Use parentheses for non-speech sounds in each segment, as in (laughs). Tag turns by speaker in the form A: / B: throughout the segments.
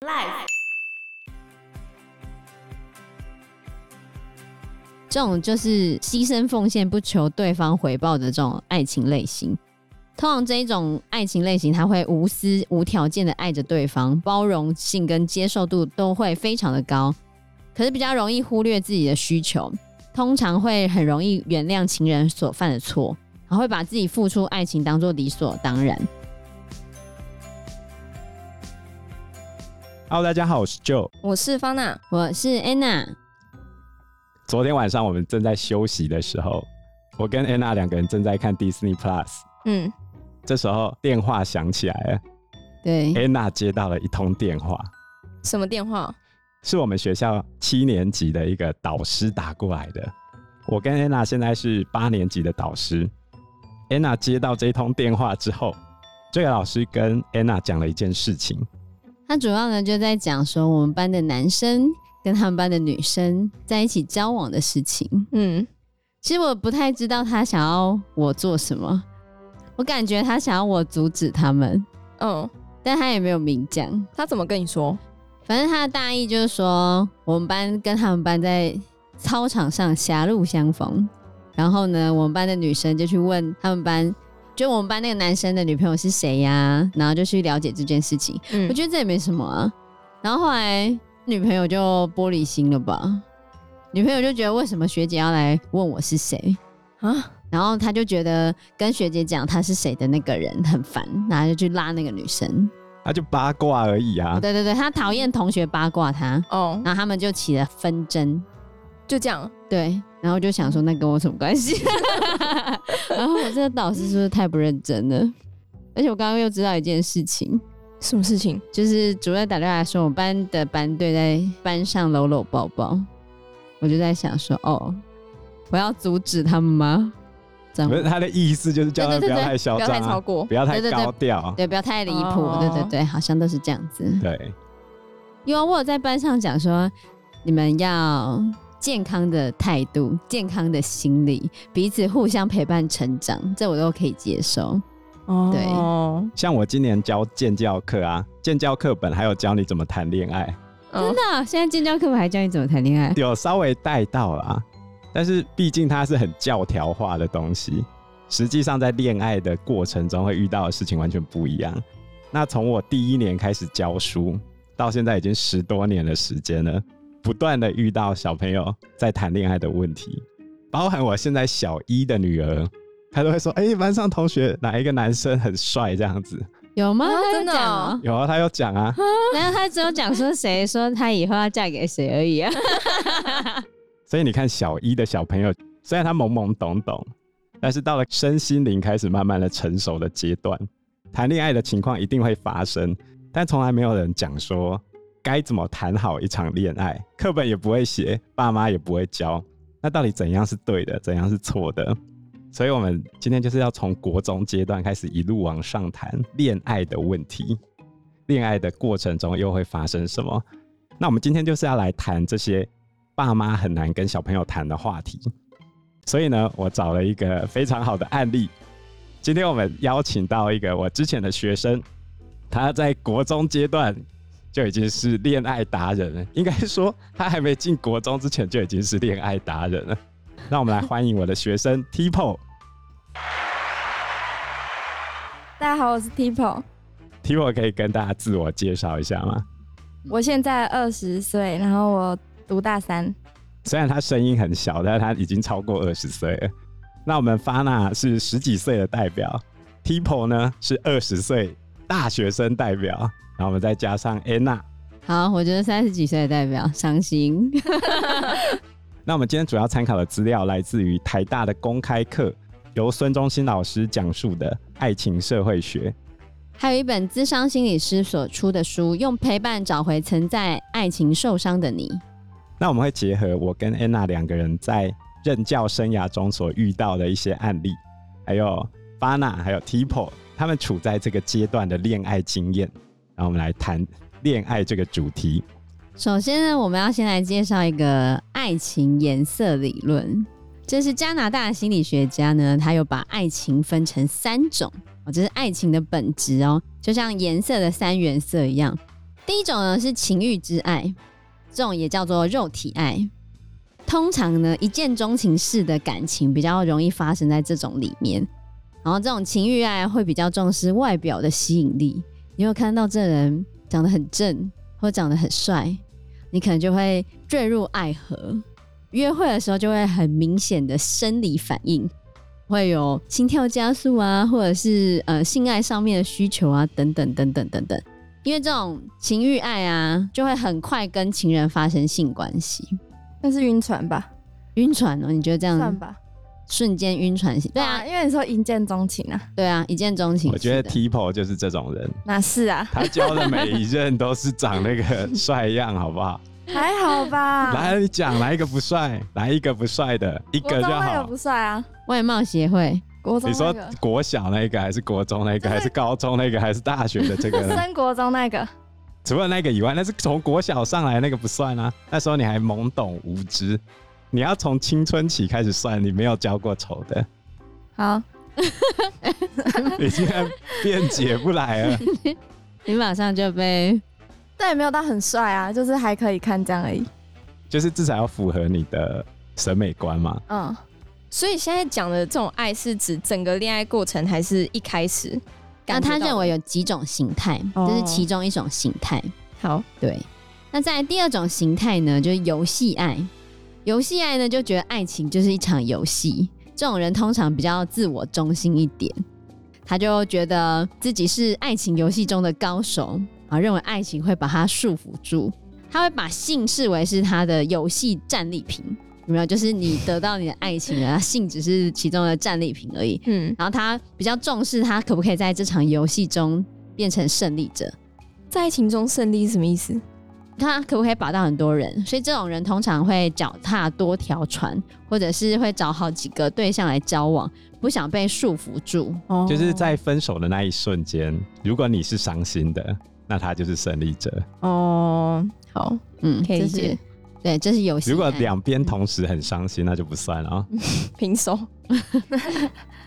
A: Life
B: 这种就是牺牲奉献不求对方回报的这种爱情类型。通常这一种爱情类型，他会无私、无条件的爱着对方，包容性跟接受度都会非常的高，可是比较容易忽略自己的需求，通常会很容易原谅情人所犯的错，然后会把自己付出爱情当做理所当然。
C: Hello，大家好，我是 Joe。
D: 我是方娜，
B: 我是 Anna，
C: 昨天晚上我们正在休息的时候，我跟 Anna 两个人正在看 Disney Plus。
D: 嗯，
C: 这时候电话响起来了
B: 对，
C: ，Anna 接到了一通电话，
D: 什么电话？
C: 是我们学校七年级的一个导师打过来的。我跟 Anna 现在是八年级的导师。Anna 接到这一通电话之后，这个老师跟 Anna 讲了一件事情，
B: 他主要呢就在讲说我们班的男生跟他们班的女生在一起交往的事情。
D: 嗯，
B: 其实我不太知道他想要我做什么，我感觉他想要我阻止他们，
D: 哦，
B: 但他也没有明讲。
D: 他怎么跟你说？
B: 反正他的大意就是说，我们班跟他们班在操场上狭路相逢，然后呢，我们班的女生就去问他们班，就我们班那个男生的女朋友是谁呀、然后就去了解这件事情。
D: 嗯
B: 我觉得这也没什么啊。然后后来女朋友就玻璃心了吧，女朋友就觉得为什么学姐要来问我是谁，
D: 啊，
B: 然后她就觉得跟学姐讲她是谁的那个人很烦，然后就去拉那个女生。
C: 他就八卦而已啊。
B: 对对对，她讨厌同学八卦她，
D: 哦，
B: 然后他们就起了纷争。
D: 就这样，
B: 对，然后我就想说那跟我什么关系？ (laughs) 然后我这个导师是不是太不认真了？而且我刚刚又知道一件事情，
D: 什么事情？
B: 就是主任打电话来说，我们班的班队在班上搂搂抱抱，我就在想说，哦，我要阻止他们吗？这样
C: 不是他的意思就是叫他不
B: 对对对
C: 要
B: 对
C: 太嚣
D: 不要
C: 张
D: 太超
C: 啊，
D: 过。
C: 不要太
B: 对对对
C: 高调。
B: 对，不要太离谱。
D: 哦
B: 对对对，好像都是这样子。
C: 对，
B: 因为我有在班上讲说，你们要健康的态度、健康的心理，彼此互相陪伴成长，这我都可以接受。
D: 哦，
C: 像我今年教建教课啊，建教课本还有教你怎么谈恋爱， (laughs)
D: 嗯
B: 真的，现在建教课本还教你怎么谈恋爱？
C: 有稍微带到啦。但是毕竟它是很教条化的东西，实际上在恋爱的过程中会遇到的事情完全不一样。那从我第一年开始教书，到现在已经十多年的时间了，不断的遇到小朋友在谈恋爱的问题，包含我现在小一的女儿，她都会说：“哎、班上同学哪一个男生很帅？”这样子。
B: 有吗？
D: 啊
B: 他有
D: 真的
B: 讲
D: 哦
B: 哦
C: 有啊，她有讲啊，
B: 然后他只有讲说谁说他以后要嫁给谁而已啊。
D: (laughs)
C: 所以你看，小一的小朋友，虽然他懵懵懂懂，但是到了身心灵开始慢慢的成熟的阶段，谈恋爱的情况一定会发生，但从来没有人讲说该怎么谈好一场恋爱，课本也不会写，爸妈也不会教，那到底怎样是对的，怎样是错的？所以，我们今天就是要从国中阶段开始一路往上谈恋爱的问题，恋爱的过程中又会发生什么？那我们今天就是要来谈这些爸妈很难跟小朋友谈的话题。所以呢，我找了一个非常好的案例。今天我们邀请到一个我之前的学生，他在国中阶段就已经是恋爱达人了，应该说他还没进国中之前就已经是恋爱达人了。让我们来欢迎我的学生 Tipo。
D: 大家好，我是 Tipo，
C: Tipo 可以跟大家自我介绍一下吗？
D: 我现在二十岁，然后我读大三。
C: 虽然他声音很小，但是他已经超过二十岁了。那我们 Fana 是十几岁的代表，Tipo 呢是二十岁大学生代表，然后我们再加上 Anna。
B: 好，我觉得三十几岁的代表伤心。
C: 那我们今天主要参考的资料来自于台大的公开课，由孙中兴老师讲述的《爱情社会学》。
B: 还有一本咨商心理师所出的书《用陪伴找回曾在爱情受伤的你》。
C: 那我们会结合我跟安娜两个人在任教生涯中所遇到的一些案例，还有巴娜还有 Tipo 他们处在这个阶段的恋爱经验，然后我们来谈恋爱这个主题。
B: 首先呢，我们要先来介绍一个爱情颜色理论，这是加拿大的心理学家呢，他有把爱情分成三种哦，这是爱情的本质哦，就像颜色的三原色一样。第一种呢是情欲之爱，这种也叫做肉体爱。通常呢，一见钟情式的感情比较容易发生在这种里面。然后这种情欲爱会比较重视外表的吸引力，你有看到这人长得很正或长得很帅，你可能就会坠入爱河。约会的时候就会很明显的生理反应，会有心跳加速啊，或者是呃性爱上面的需求啊，等等等等等等。因为这种情欲爱啊，就会很快跟情人发生性关系。
D: 那是晕船吧？
B: 晕船哦，你觉得这
D: 算
B: 样
D: 吧。
B: 瞬间晕船型？对啊，
D: 因为你说一见钟情啊，
B: 对啊，一见钟情
C: 我
B: 似的。
C: 觉得 Tipo 就是这种人，
D: 哪是啊？
C: 他交的每一任都是长那个帅样，好不
D: (laughs)
C: 好？
D: 还好吧。
C: (laughs) 来，你讲哪一个不帅，哪一个不帅的，一
D: 国
C: 个
D: 中
C: 就
D: 那个
C: 好
D: 不。帅啊，
B: 外貌协会，
D: 国中
C: 你
D: 那
C: 说
D: 个，
C: 国小那个，还是国中那个，
D: 对
C: 还是高中那个，还是大学的这个呢？
D: 升国中那个，
C: 除了那个以外，那是从国小上来那个不算啊。那时候你还懵懂无知，你要从青春期开始算，你没有交过仇
B: (laughs)
C: 的，
D: 好，
C: 你竟然辩解不来了。
B: 你马上就被
D: 但也没有到很帅啊，就是还可以看这样而已。
C: 就是至少要符合你的审美观嘛。
B: 哦
D: 嗯，
A: 所以现在讲的这种爱是指整个恋爱过程，还是一开始？
B: 那
A: 感觉
B: 他
A: 到
B: 认为有几种形态，
A: 哦
B: 这是其中一种形态。
A: 好，
B: 对，那在第二种形态呢，就是游戏爱。游戏爱呢，就觉得爱情就是一场游戏。这啊种人通常比较自我中心一点，他就觉得自己是爱情游戏中的高手啊，认为爱情会把他束缚住。啊他会把性视为是他的游戏战利品，有没有？就是你得到你的爱情了，性只是其中的战利品而已。
A: 嗯，
B: 然后他比较重视他可不可以在这场游戏中变成胜利者，
A: 在爱情中胜利是什么意思？
B: 他可不可以把到很多人。所以这种人通常会脚踏多条船，或者是会找好几个对象来交往，不想被束缚住。
A: 哦
C: 就是在分手的那一瞬间，如果你是伤心的，那他就是胜利者；
A: 哦，好，
B: 嗯，
A: 可以
B: 这
A: 理
B: 是
A: 解。
B: 对，这是游戏爱。
C: 如果两边同时很伤心，那就不算了啊、
A: 平手，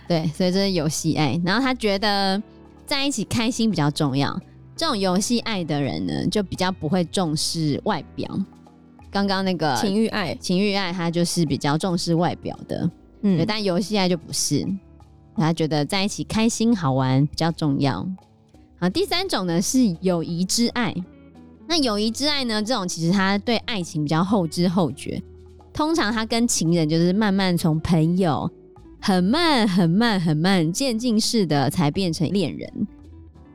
B: 对，所以这是游戏爱。然后他觉得在一起开心比较重要。这种游戏爱的人呢，就比较不会重视外表。刚刚那个
A: 呃情欲爱，
B: 情欲爱，他就是比较重视外表的，对，
A: 嗯，
B: 但游戏爱就不是，他觉得在一起开心好玩比较重要。好，第三种呢是友谊之爱。那友谊之爱呢，这种其实他对爱情比较后知后觉，通常他跟情人就是慢慢从朋友，很慢很慢很慢渐进式的才变成恋人。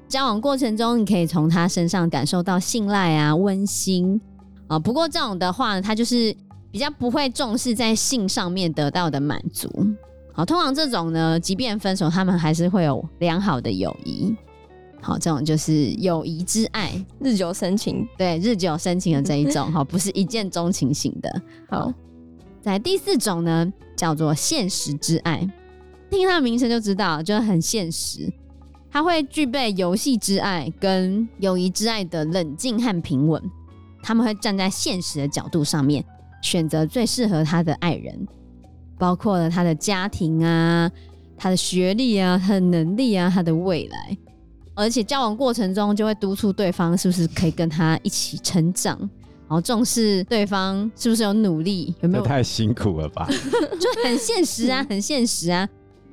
B: 交往过程中，你可以从他身上感受到信赖啊、温馨啊。不过这种的话呢，他就是比较不会重视在性上面得到的满足。好，通常这种呢，即便分手，他们还是会有良好的友谊。好，这种就是友谊之爱，
A: 日久生情，
B: 对，日久生情的这一种，好，不是一见钟情型的。
A: 好，
B: 在第四种呢，叫做现实之爱，听它的名称就知道，就是很现实。它会具备游戏之爱跟友谊之爱的冷静和平稳，他们会站在现实的角度上面，选择最适合他的爱人，包括了他的家庭啊、他的学历啊、他的能力啊、他的未来。而且交往过程中就会督促对方是不是可以跟他一起成长，然后重视对方是不是有努力，有没
C: 这
B: 有
C: 太辛苦了
B: (laughs)
C: 吧？
B: 就很现实啊，很现实啊，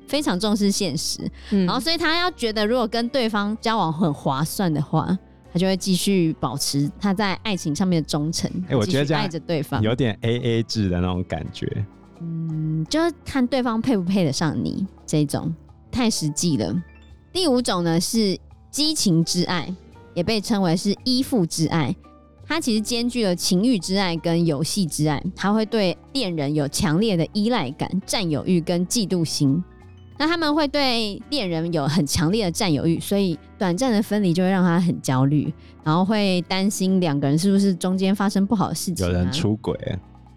B: 非常重视现实。
A: 嗯
B: 然后，所以他要觉得如果跟对方交往很划算的话，他就会继续保持他在爱情上面的忠诚。
C: 哎我觉
B: 继续
C: 得这样
B: 爱着对方，
C: 有点 A A 制的那种感觉。
B: 嗯，就是看对方配不配得上你这一种，太实际了。第五种呢是激情之爱，也被称为是依附之爱。它其实兼具了情欲之爱跟游戏之爱，它会对恋人有强烈的依赖感、占有欲跟嫉妒心。那他们会对恋人有很强烈的占有欲，所以短暂的分离就会让他很焦虑，然后会担心两个人是不是中间发生不好的事情、啊。
C: 有人出轨，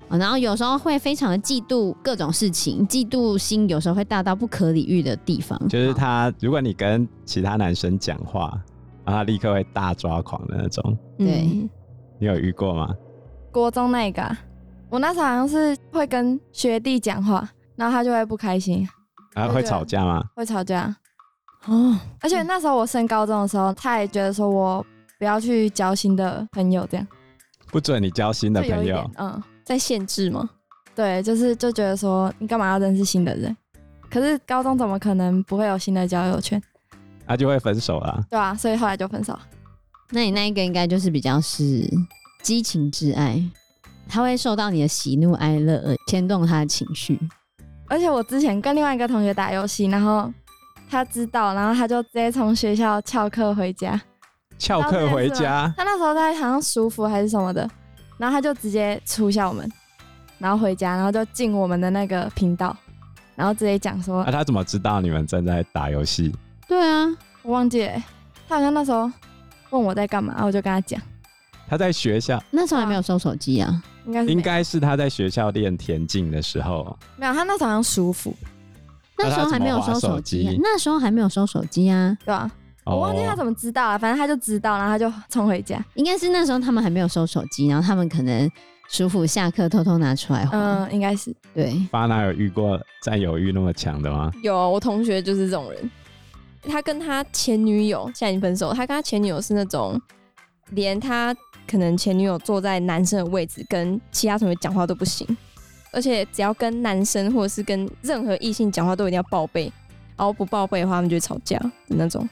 B: 哦然后有时候会非常的嫉妒各种事情，嫉妒心有时候会大到不可理喻的地方。
C: 就是他，如果你跟其他男生讲话，然后他立刻会大抓狂的那种。
B: 对
A: 嗯
C: 你有遇过吗？
D: 国中那个啊、我那时候好像是会跟学弟讲话，然后他就会不开心，
C: 啊，
D: 对
C: 会吵架吗？
D: 会吵架。
A: 哦，
D: 而且那时候我升高中的时候，他也觉得说我不要去交新的朋友，这样
C: 不准你交新的
D: 就有
C: 朋
D: 一
C: 友
D: 点，嗯，
A: 在限制吗？
D: 对，就是就觉得说你干嘛要认识新的人？可是高中怎么可能不会有新的交友圈？
C: 他就会分手啦。
D: 对啊，所以后来就分手。
B: 那你那一个应该就是比较是激情之爱，他会受到你的喜怒哀乐而牵动他的情绪。
D: 而且我之前跟另外一个同学打游戏，然后他知道，然后他就直接从学校翘课回家。
C: 翘课回
D: 啊
C: 家，
D: 他那时候在好像舒服还是什么的，然后他就直接出校门，然后回家，然后就进我们的那个频道，然后直接讲说，
C: 那、啊他怎么知道你们正在打游戏？
B: 对啊，
D: 我忘记了欸，他好像那时候问我在干嘛，我就跟他讲，
C: 他在学校，
B: 那时候还没有收手机啊。
D: 应该是没有
C: 应该是他在学校练田径的时候，
D: 没有，他那时候好像舒服，
C: 啊
B: 那时候还没有收手机、啊，那时候还没有收手机啊，
D: 对吧、
C: 哦
D: 我忘记他怎么知道了，啊反正他就知道，然后他就冲回家。
B: 应该是那时候他们还没有收手机，然后他们可能舒服下课偷偷拿出来滑。
D: 嗯，应该是
B: 对，
C: 巴拿有遇过占有欲那么强的吗？
A: 有啊，我同学就是这种人。他跟他前女友现在已经分手，他跟他前女友是那种，连他可能前女友坐在男生的位置，跟其他同学讲话都不行，而且只要跟男生或者是跟任何异性讲话都一定要报备，然后不报备的话，他们就会吵架的那种，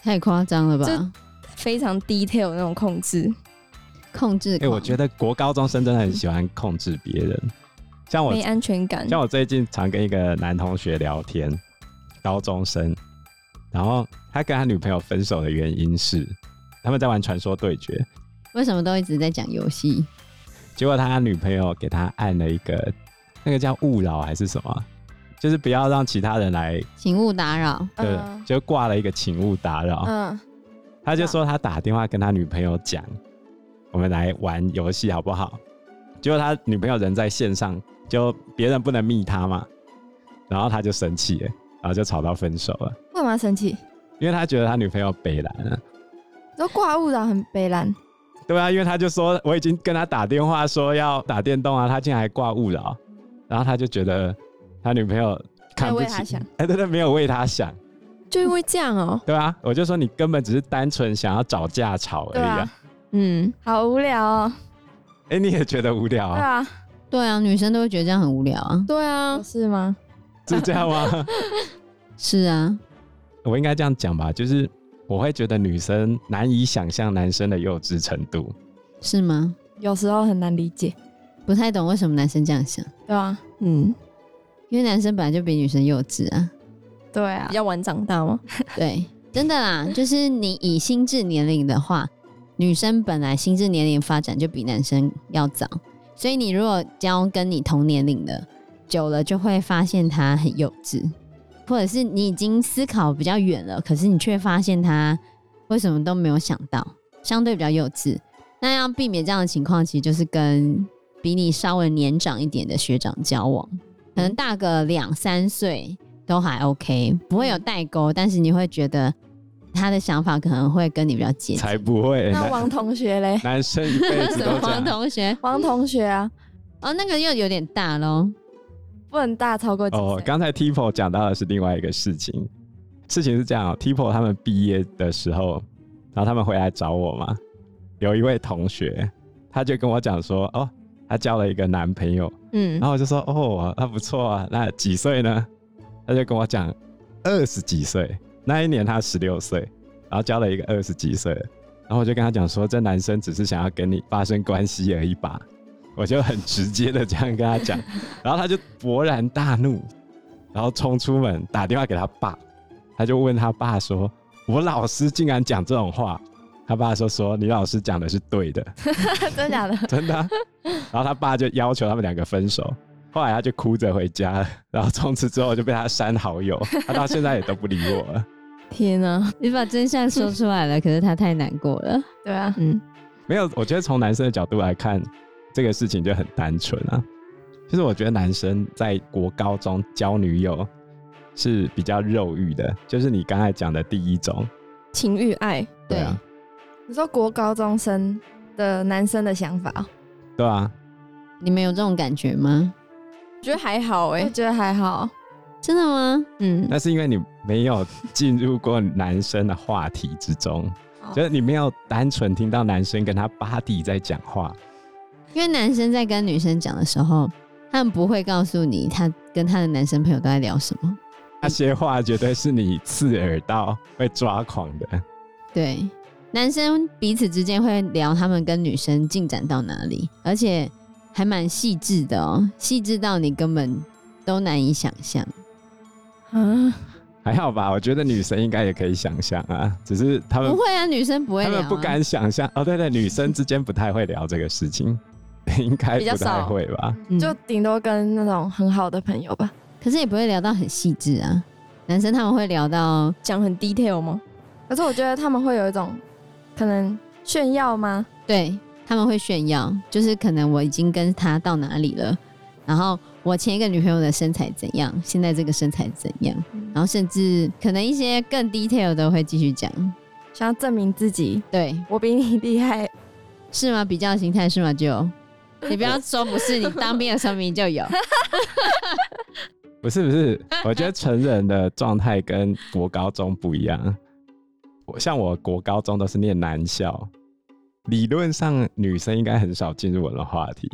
B: 太夸张了
A: 这
B: 吧？
A: 非常 detail 的那种控制。
B: 控制
C: 哎、
B: 狂。
C: 我觉得国高中生真的很喜欢控制别人，像我
A: 没安全
D: 嗯
A: 感，
C: 像我最近常跟一个男同学聊天，高中生，然后他跟他女朋友分手的原因是他们在玩传说对决，
B: 为什么都一直在讲游戏？
C: 结果他女朋友给他按了一个那个叫勿扰还是什么，就是不要让其他人来，
B: 请勿打扰。
C: 对，哦
D: 嗯
C: 就挂了一个请勿打扰。
D: 嗯，
C: 他就说他打电话跟他女朋友讲，我们来玩游戏好不好？结果他女朋友人在线上，就别人不能密他嘛，然后他就生气了，然后就吵到分手了，
D: 为什么要生气？
C: 因为他觉得他女朋友北蓝了。
D: 说挂误导很悲蓝，
C: 对啊，因为他就说我已经跟他打电话说要打电动啊，他竟然还挂勿扰，然后他就觉得他女朋友看不
D: 没有为他
C: 起
D: 想，
C: 哎，对对，没有为他想，
A: 就因为这样哦、
C: 对啊，我就说你根本只是单纯想要找架吵而
D: (laughs) 对
C: 已、
D: 吧、
C: 啊，
D: 啊？
A: 嗯，
D: 好无聊哦，
C: 哎、你也觉得无聊
D: 对
C: 啊？
D: 啊，
B: 对啊，女生都会觉得这样很无聊啊。
A: 对啊
D: 不，是吗？啊
C: 是这样
D: (laughs)
C: 吗？
B: 是啊，
C: 我应该这样讲吧，就是我会觉得女生难以想象男生的幼稚程度。
B: 是吗？
D: 有时候很难理解，
B: 不太懂为什么男生这样想，
D: 对啊，
A: 嗯，
B: 因为男生本来就比女生幼稚啊。
D: 对啊
A: 比，较晚长大吗？
B: 对，真的啦，就是你以心智年龄的话，女生本来心智年龄发展就比男生要早，所以你如果交跟你同年龄的，久了就会发现他很幼稚，或者是你已经思考比较远了，可是你却发现他为什么都没有想到，相对比较幼稚。那要避免这样的情况，其实就是跟比你稍微年长一点的学长交往，可能大个两三岁都还 OK，不会有代沟，但是你会觉得他的想法可能会跟你比较接近。
C: 才不会，
D: 那
C: 男？
D: 王同学嘞
C: (laughs) 男生一辈子
B: 什
C: 都
D: (laughs)
B: 么
C: 这
B: 王
C: 样。
B: 同学？
D: 王同学啊，
B: 哦，那个又有点大喽。
D: 不能大超过几岁。
C: 哦，刚才 Tipo 讲到的是另外一个事情，事情是这样、哦、，Tipo 他们毕业的时候，然后他们回来找我嘛，有一位同学，他就跟我讲说，哦，他交了一个男朋友，
A: 嗯
C: 然，后我就说，哦，那不错啊，那几岁呢？他就跟我讲，二十几岁，那一年他十六岁，然后交了一个二十几岁的，然后我就跟他讲说，这男生只是想要跟你发生关系而已吧，我就很直接的这样跟他讲，然后他就勃然大怒，然后冲出门打电话给他爸，他就问他爸说，我老师竟然讲这种话，他爸说说你老师讲的是对的。
D: (laughs) 真假的？
C: (laughs) 真的啊、然后他爸就要求他们两个分手，后来他就哭着回家 (laughs) 了，然后从此之后就被他删好友，他到现在也都不理我了。
A: 天啊，
B: 你把真相说出来了，可是他太难过了。
D: 对啊，
A: 嗯，
C: 没有，我觉得从男生的角度来看，这个事情就很单纯啊。就是我觉得男生在国高中交女友是比较肉欲的，就是你刚才讲的第一种，
A: 情欲爱，
C: 对啊，
D: 你说国高中生的男生的想法、哦，
C: 对啊，
B: 你们有这种感觉吗？
A: 我觉得还好哎、
D: 我觉得还好。
B: 真的吗？
A: 嗯，
C: 那是因为你没有进入过男生的话题之中，就是你没有单纯听到男生跟他 body 在讲话，
B: 因为男生在跟女生讲的时候，他们不会告诉你他跟他的男生朋友都在聊什么。
C: 那些话绝对是你刺耳到会抓狂的。
B: 对，男生彼此之间会聊他们跟女生进展到哪里，而且还蛮细致的哦，细致到你根本都难以想象。
D: 啊，
C: 还好吧，我觉得女生应该也可以想象啊，只是他们
B: 不会啊，女生不会
C: 他
B: 聊、
C: 们
B: 啊，
C: 不敢想象。哦，对对，女生之间不太会聊这个事情， (laughs) 应该
D: 比较
C: 不太
D: 少
C: 会吧？
B: 嗯
D: 就顶多跟那种很好的朋友吧。
B: 可是也不会聊到很细致啊。男生他们会聊到，
A: 讲很 detail 吗？
D: 可是我觉得他们会有一种可能炫耀吗？
B: 对他们会炫耀，就是可能我已经跟他到哪里了，然后我前一个女朋友的身材怎样，现在这个身材怎样，
A: 嗯
B: 然后甚至可能一些更 detail 的会继续讲。
D: 想要证明自己，
B: 对，
D: 我比你厉害。
B: 是吗？比较心态是吗？
A: (laughs)
B: 就你不要说不是，你当兵的时候明明就有。
C: 不是不是，我觉得成人的状态跟国高中不一样。我像我国高中都是念男校，理论上女生应该很少进入我的话题，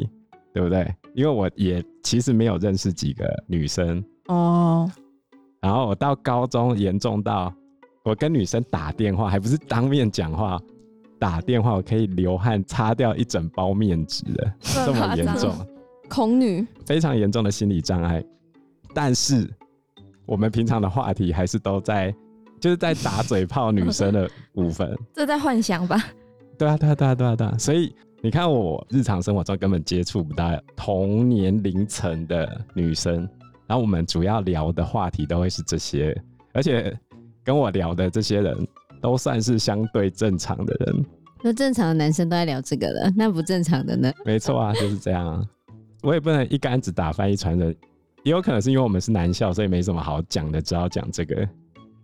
C: 对不对？因为我也其实没有认识几个女生，
A: 哦，
C: 然后我到高中严重到我跟女生打电话，还不是当面讲话，打电话我可以流汗擦掉一整包面纸的，这么严重。
A: 恐女
C: 非常严重的心理障碍，但是我们平常的话题还是都在，就是在打嘴炮女生的部分。
D: 这在幻想吧？ (laughs)
C: 对啊，对啊，对啊，对啊，对啊。所以你看，我日常生活中根本接触不到同年龄层的女生，然后我们主要聊的话题都会是这些，而且跟我聊的这些人都算是相对正常的人。
B: 那正常的男生都在聊这个了，那不正常的呢？
C: 没
B: (laughs)
C: 错啊，就是这样啊。我也不能一竿子打翻一船人，也有可能是因为我们是男校，所以没什么好讲的，只好讲这个。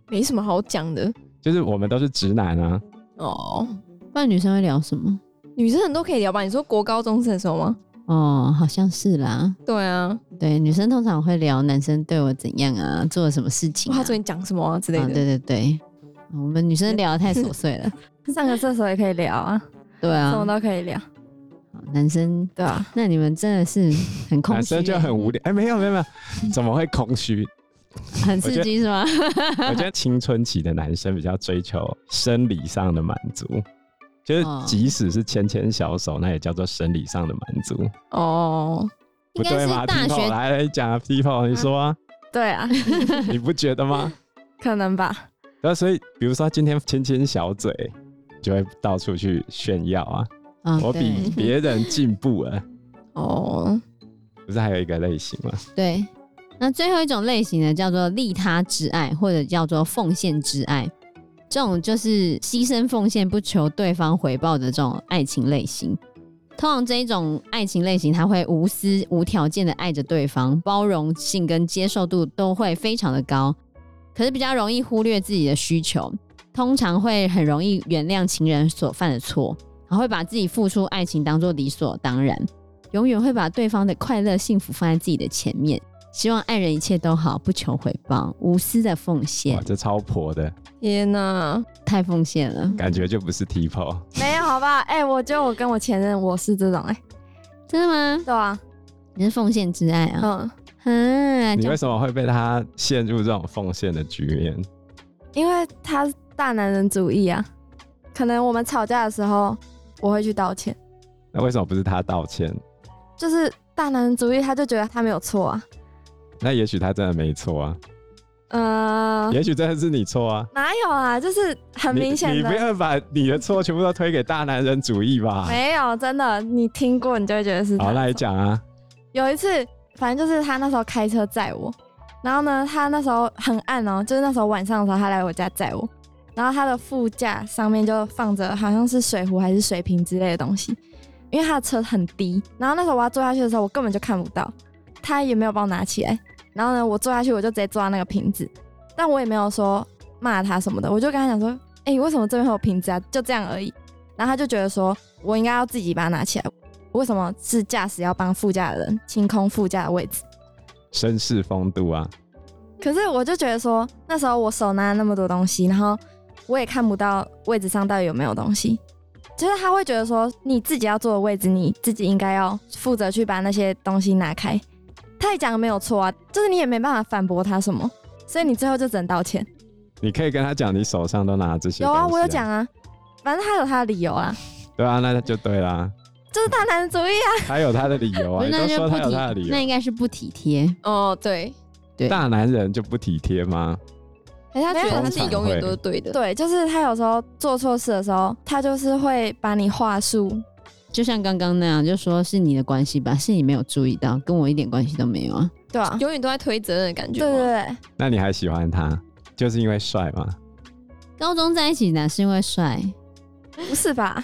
A: 没什么好讲的
C: 就是我们都是直男啊，
A: 哦。
B: 不然女生会聊什么？
A: 女生很多可以聊吧？你说国高中生的时候吗？
B: 哦，好像是啦。
A: 对啊，
B: 对，女生通常会聊男生对我怎样啊，做了什么事情、啊。
A: 哇，他昨天讲什么啊之类
B: 啊，
A: 的。
B: 对对对，我们女生聊得太琐碎了。
D: 上个厕所也可以聊啊，
B: 对啊
D: 什，么都可以聊，
B: 男生，
D: 对啊，
B: 那你们真的是很空
C: 男
B: 虚欸，
C: 生就很无聊。哎、没
B: (laughs)
C: 有没有没有，怎么会空虚？
B: 很刺激是吗？
C: (laughs) 我
B: (laughs)
C: 觉得青春期的男生比较追求生理上的满足，就是
B: 哦
C: 即使是牵牵小手，那也叫做生理上的满足，
A: 哦，
B: 应
C: 不
B: 该
C: 对
B: 是
C: 吗
B: 大
C: ？People
B: 学
C: 来来讲啊，People，你说啊，
D: 对啊，
B: 嗯
C: 你不觉得吗？
D: 可能吧。
C: 那所以，比如说今天牵牵小嘴，就会到处去炫耀啊，
B: 啊，
C: 我比别人进步了。
A: 哦，
C: 不是还有一个类型吗？
B: 对，那最后一种类型呢，叫做利他之爱，或者叫做奉献之爱。这种就是牺牲奉献不求对方回报的这种爱情类型。通常这一种爱情类型，他会无私、无条件的爱着对方，包容性跟接受度都会非常的高，可是比较容易忽略自己的需求，通常会很容易原谅情人所犯的错，然后会把自己付出爱情当做理所当然。永远会把对方的快乐、幸福放在自己的前面，希望爱人一切都好，不求回报，无私的奉献
C: 哇，，这超婆的
A: 天哪，
B: 太奉献了，
C: 感觉就不是 Tipo。
D: 没有，好不好？哎、我觉得我跟我前任我是这种、哎，
B: 真的吗？
D: 对啊，
B: 你是奉献之爱
A: 哦
B: 啊，
D: 嗯，
B: 嗯，
C: 你
B: 这
C: 为
B: 样
C: 什么会被他陷入这种奉献的局面？
D: 因为他是大男人主义啊，可能我们吵架的时候我会去道歉，
C: 那为什么不是他道歉？
D: 就是大男人主义，他就觉得他没有错啊，
C: 那也许他真的没错啊，
D: 嗯、
C: 也许真的是你错啊。
D: 哪有啊？就是很明
C: 你，
D: 显
C: 你不
D: 的，
C: 要把你的错全部都推给大男人主义吧。
D: (laughs) 没有，真的，你听过你就会觉得是他
C: 好，
D: 的
C: 那你
D: 错
C: 讲啊，
D: 有一次，反正就是他那时候开车载我，然后呢，他那时候很暗哦，就是那时候晚上的时候，他来我家载我，然后他的副驾上面就放着好像是水壶还是水瓶之类的东西，因为他的车很低，然后那时候我要坐下去的时候，我根本就看不到，他也没有帮我拿起来，然后呢，我坐下去我就直接抓那个瓶子，但我也没有说骂他什么的，我就跟他讲说，哎、你为什么这边会有瓶子啊？就这样而已，然后他就觉得说我应该要自己把它拿起来。为什么是驾驶要帮副驾的人清空副驾的位置？
C: 绅士风度啊，
D: 可是我就觉得说，那时候我手拿了那么多东西，然后我也看不到位置上到底有没有东西。就是他会觉得说，你自己要坐的位置，你自己应该要负责去把那些东西拿开。他也讲的没有错啊，就是你也没办法反驳他什么，所以你最后就只能道歉。
C: 你可以跟他讲，你手上都拿这些、
D: 有啊，我有，讲啊，反正他有他的理由啊，
C: 对啊，那就对
D: (laughs)
C: 啦，
D: 就是大男子主义啊。
C: 他有他的理由
B: 不
C: 啊，
B: 是
C: 你
B: 那
C: 都
B: 就
C: 说
B: 不
C: 他有他的理
B: 体，那
C: 由，
B: 应该是不体贴。
A: 哦，对，
B: 对
C: 大男人就不体贴吗？
A: 而且他觉
D: 没
A: 得
D: 有啊
A: 他
D: 通
A: 自己
C: 常
A: 永远
C: 会
A: 都是对的。
D: 对，就是他有时候做错事的时候，他就是会把你话术，
B: 就像刚刚那样，就说是你的关系吧，是你没有注意到，跟我一点关系都没有啊。
D: 对啊，
A: 永远都在推责任的感觉
D: 对
A: 吗。
D: 对对，
C: 那你还喜欢他，就是因为帅吗？
B: 高中在一起哪是因为帅？
D: 不是吧？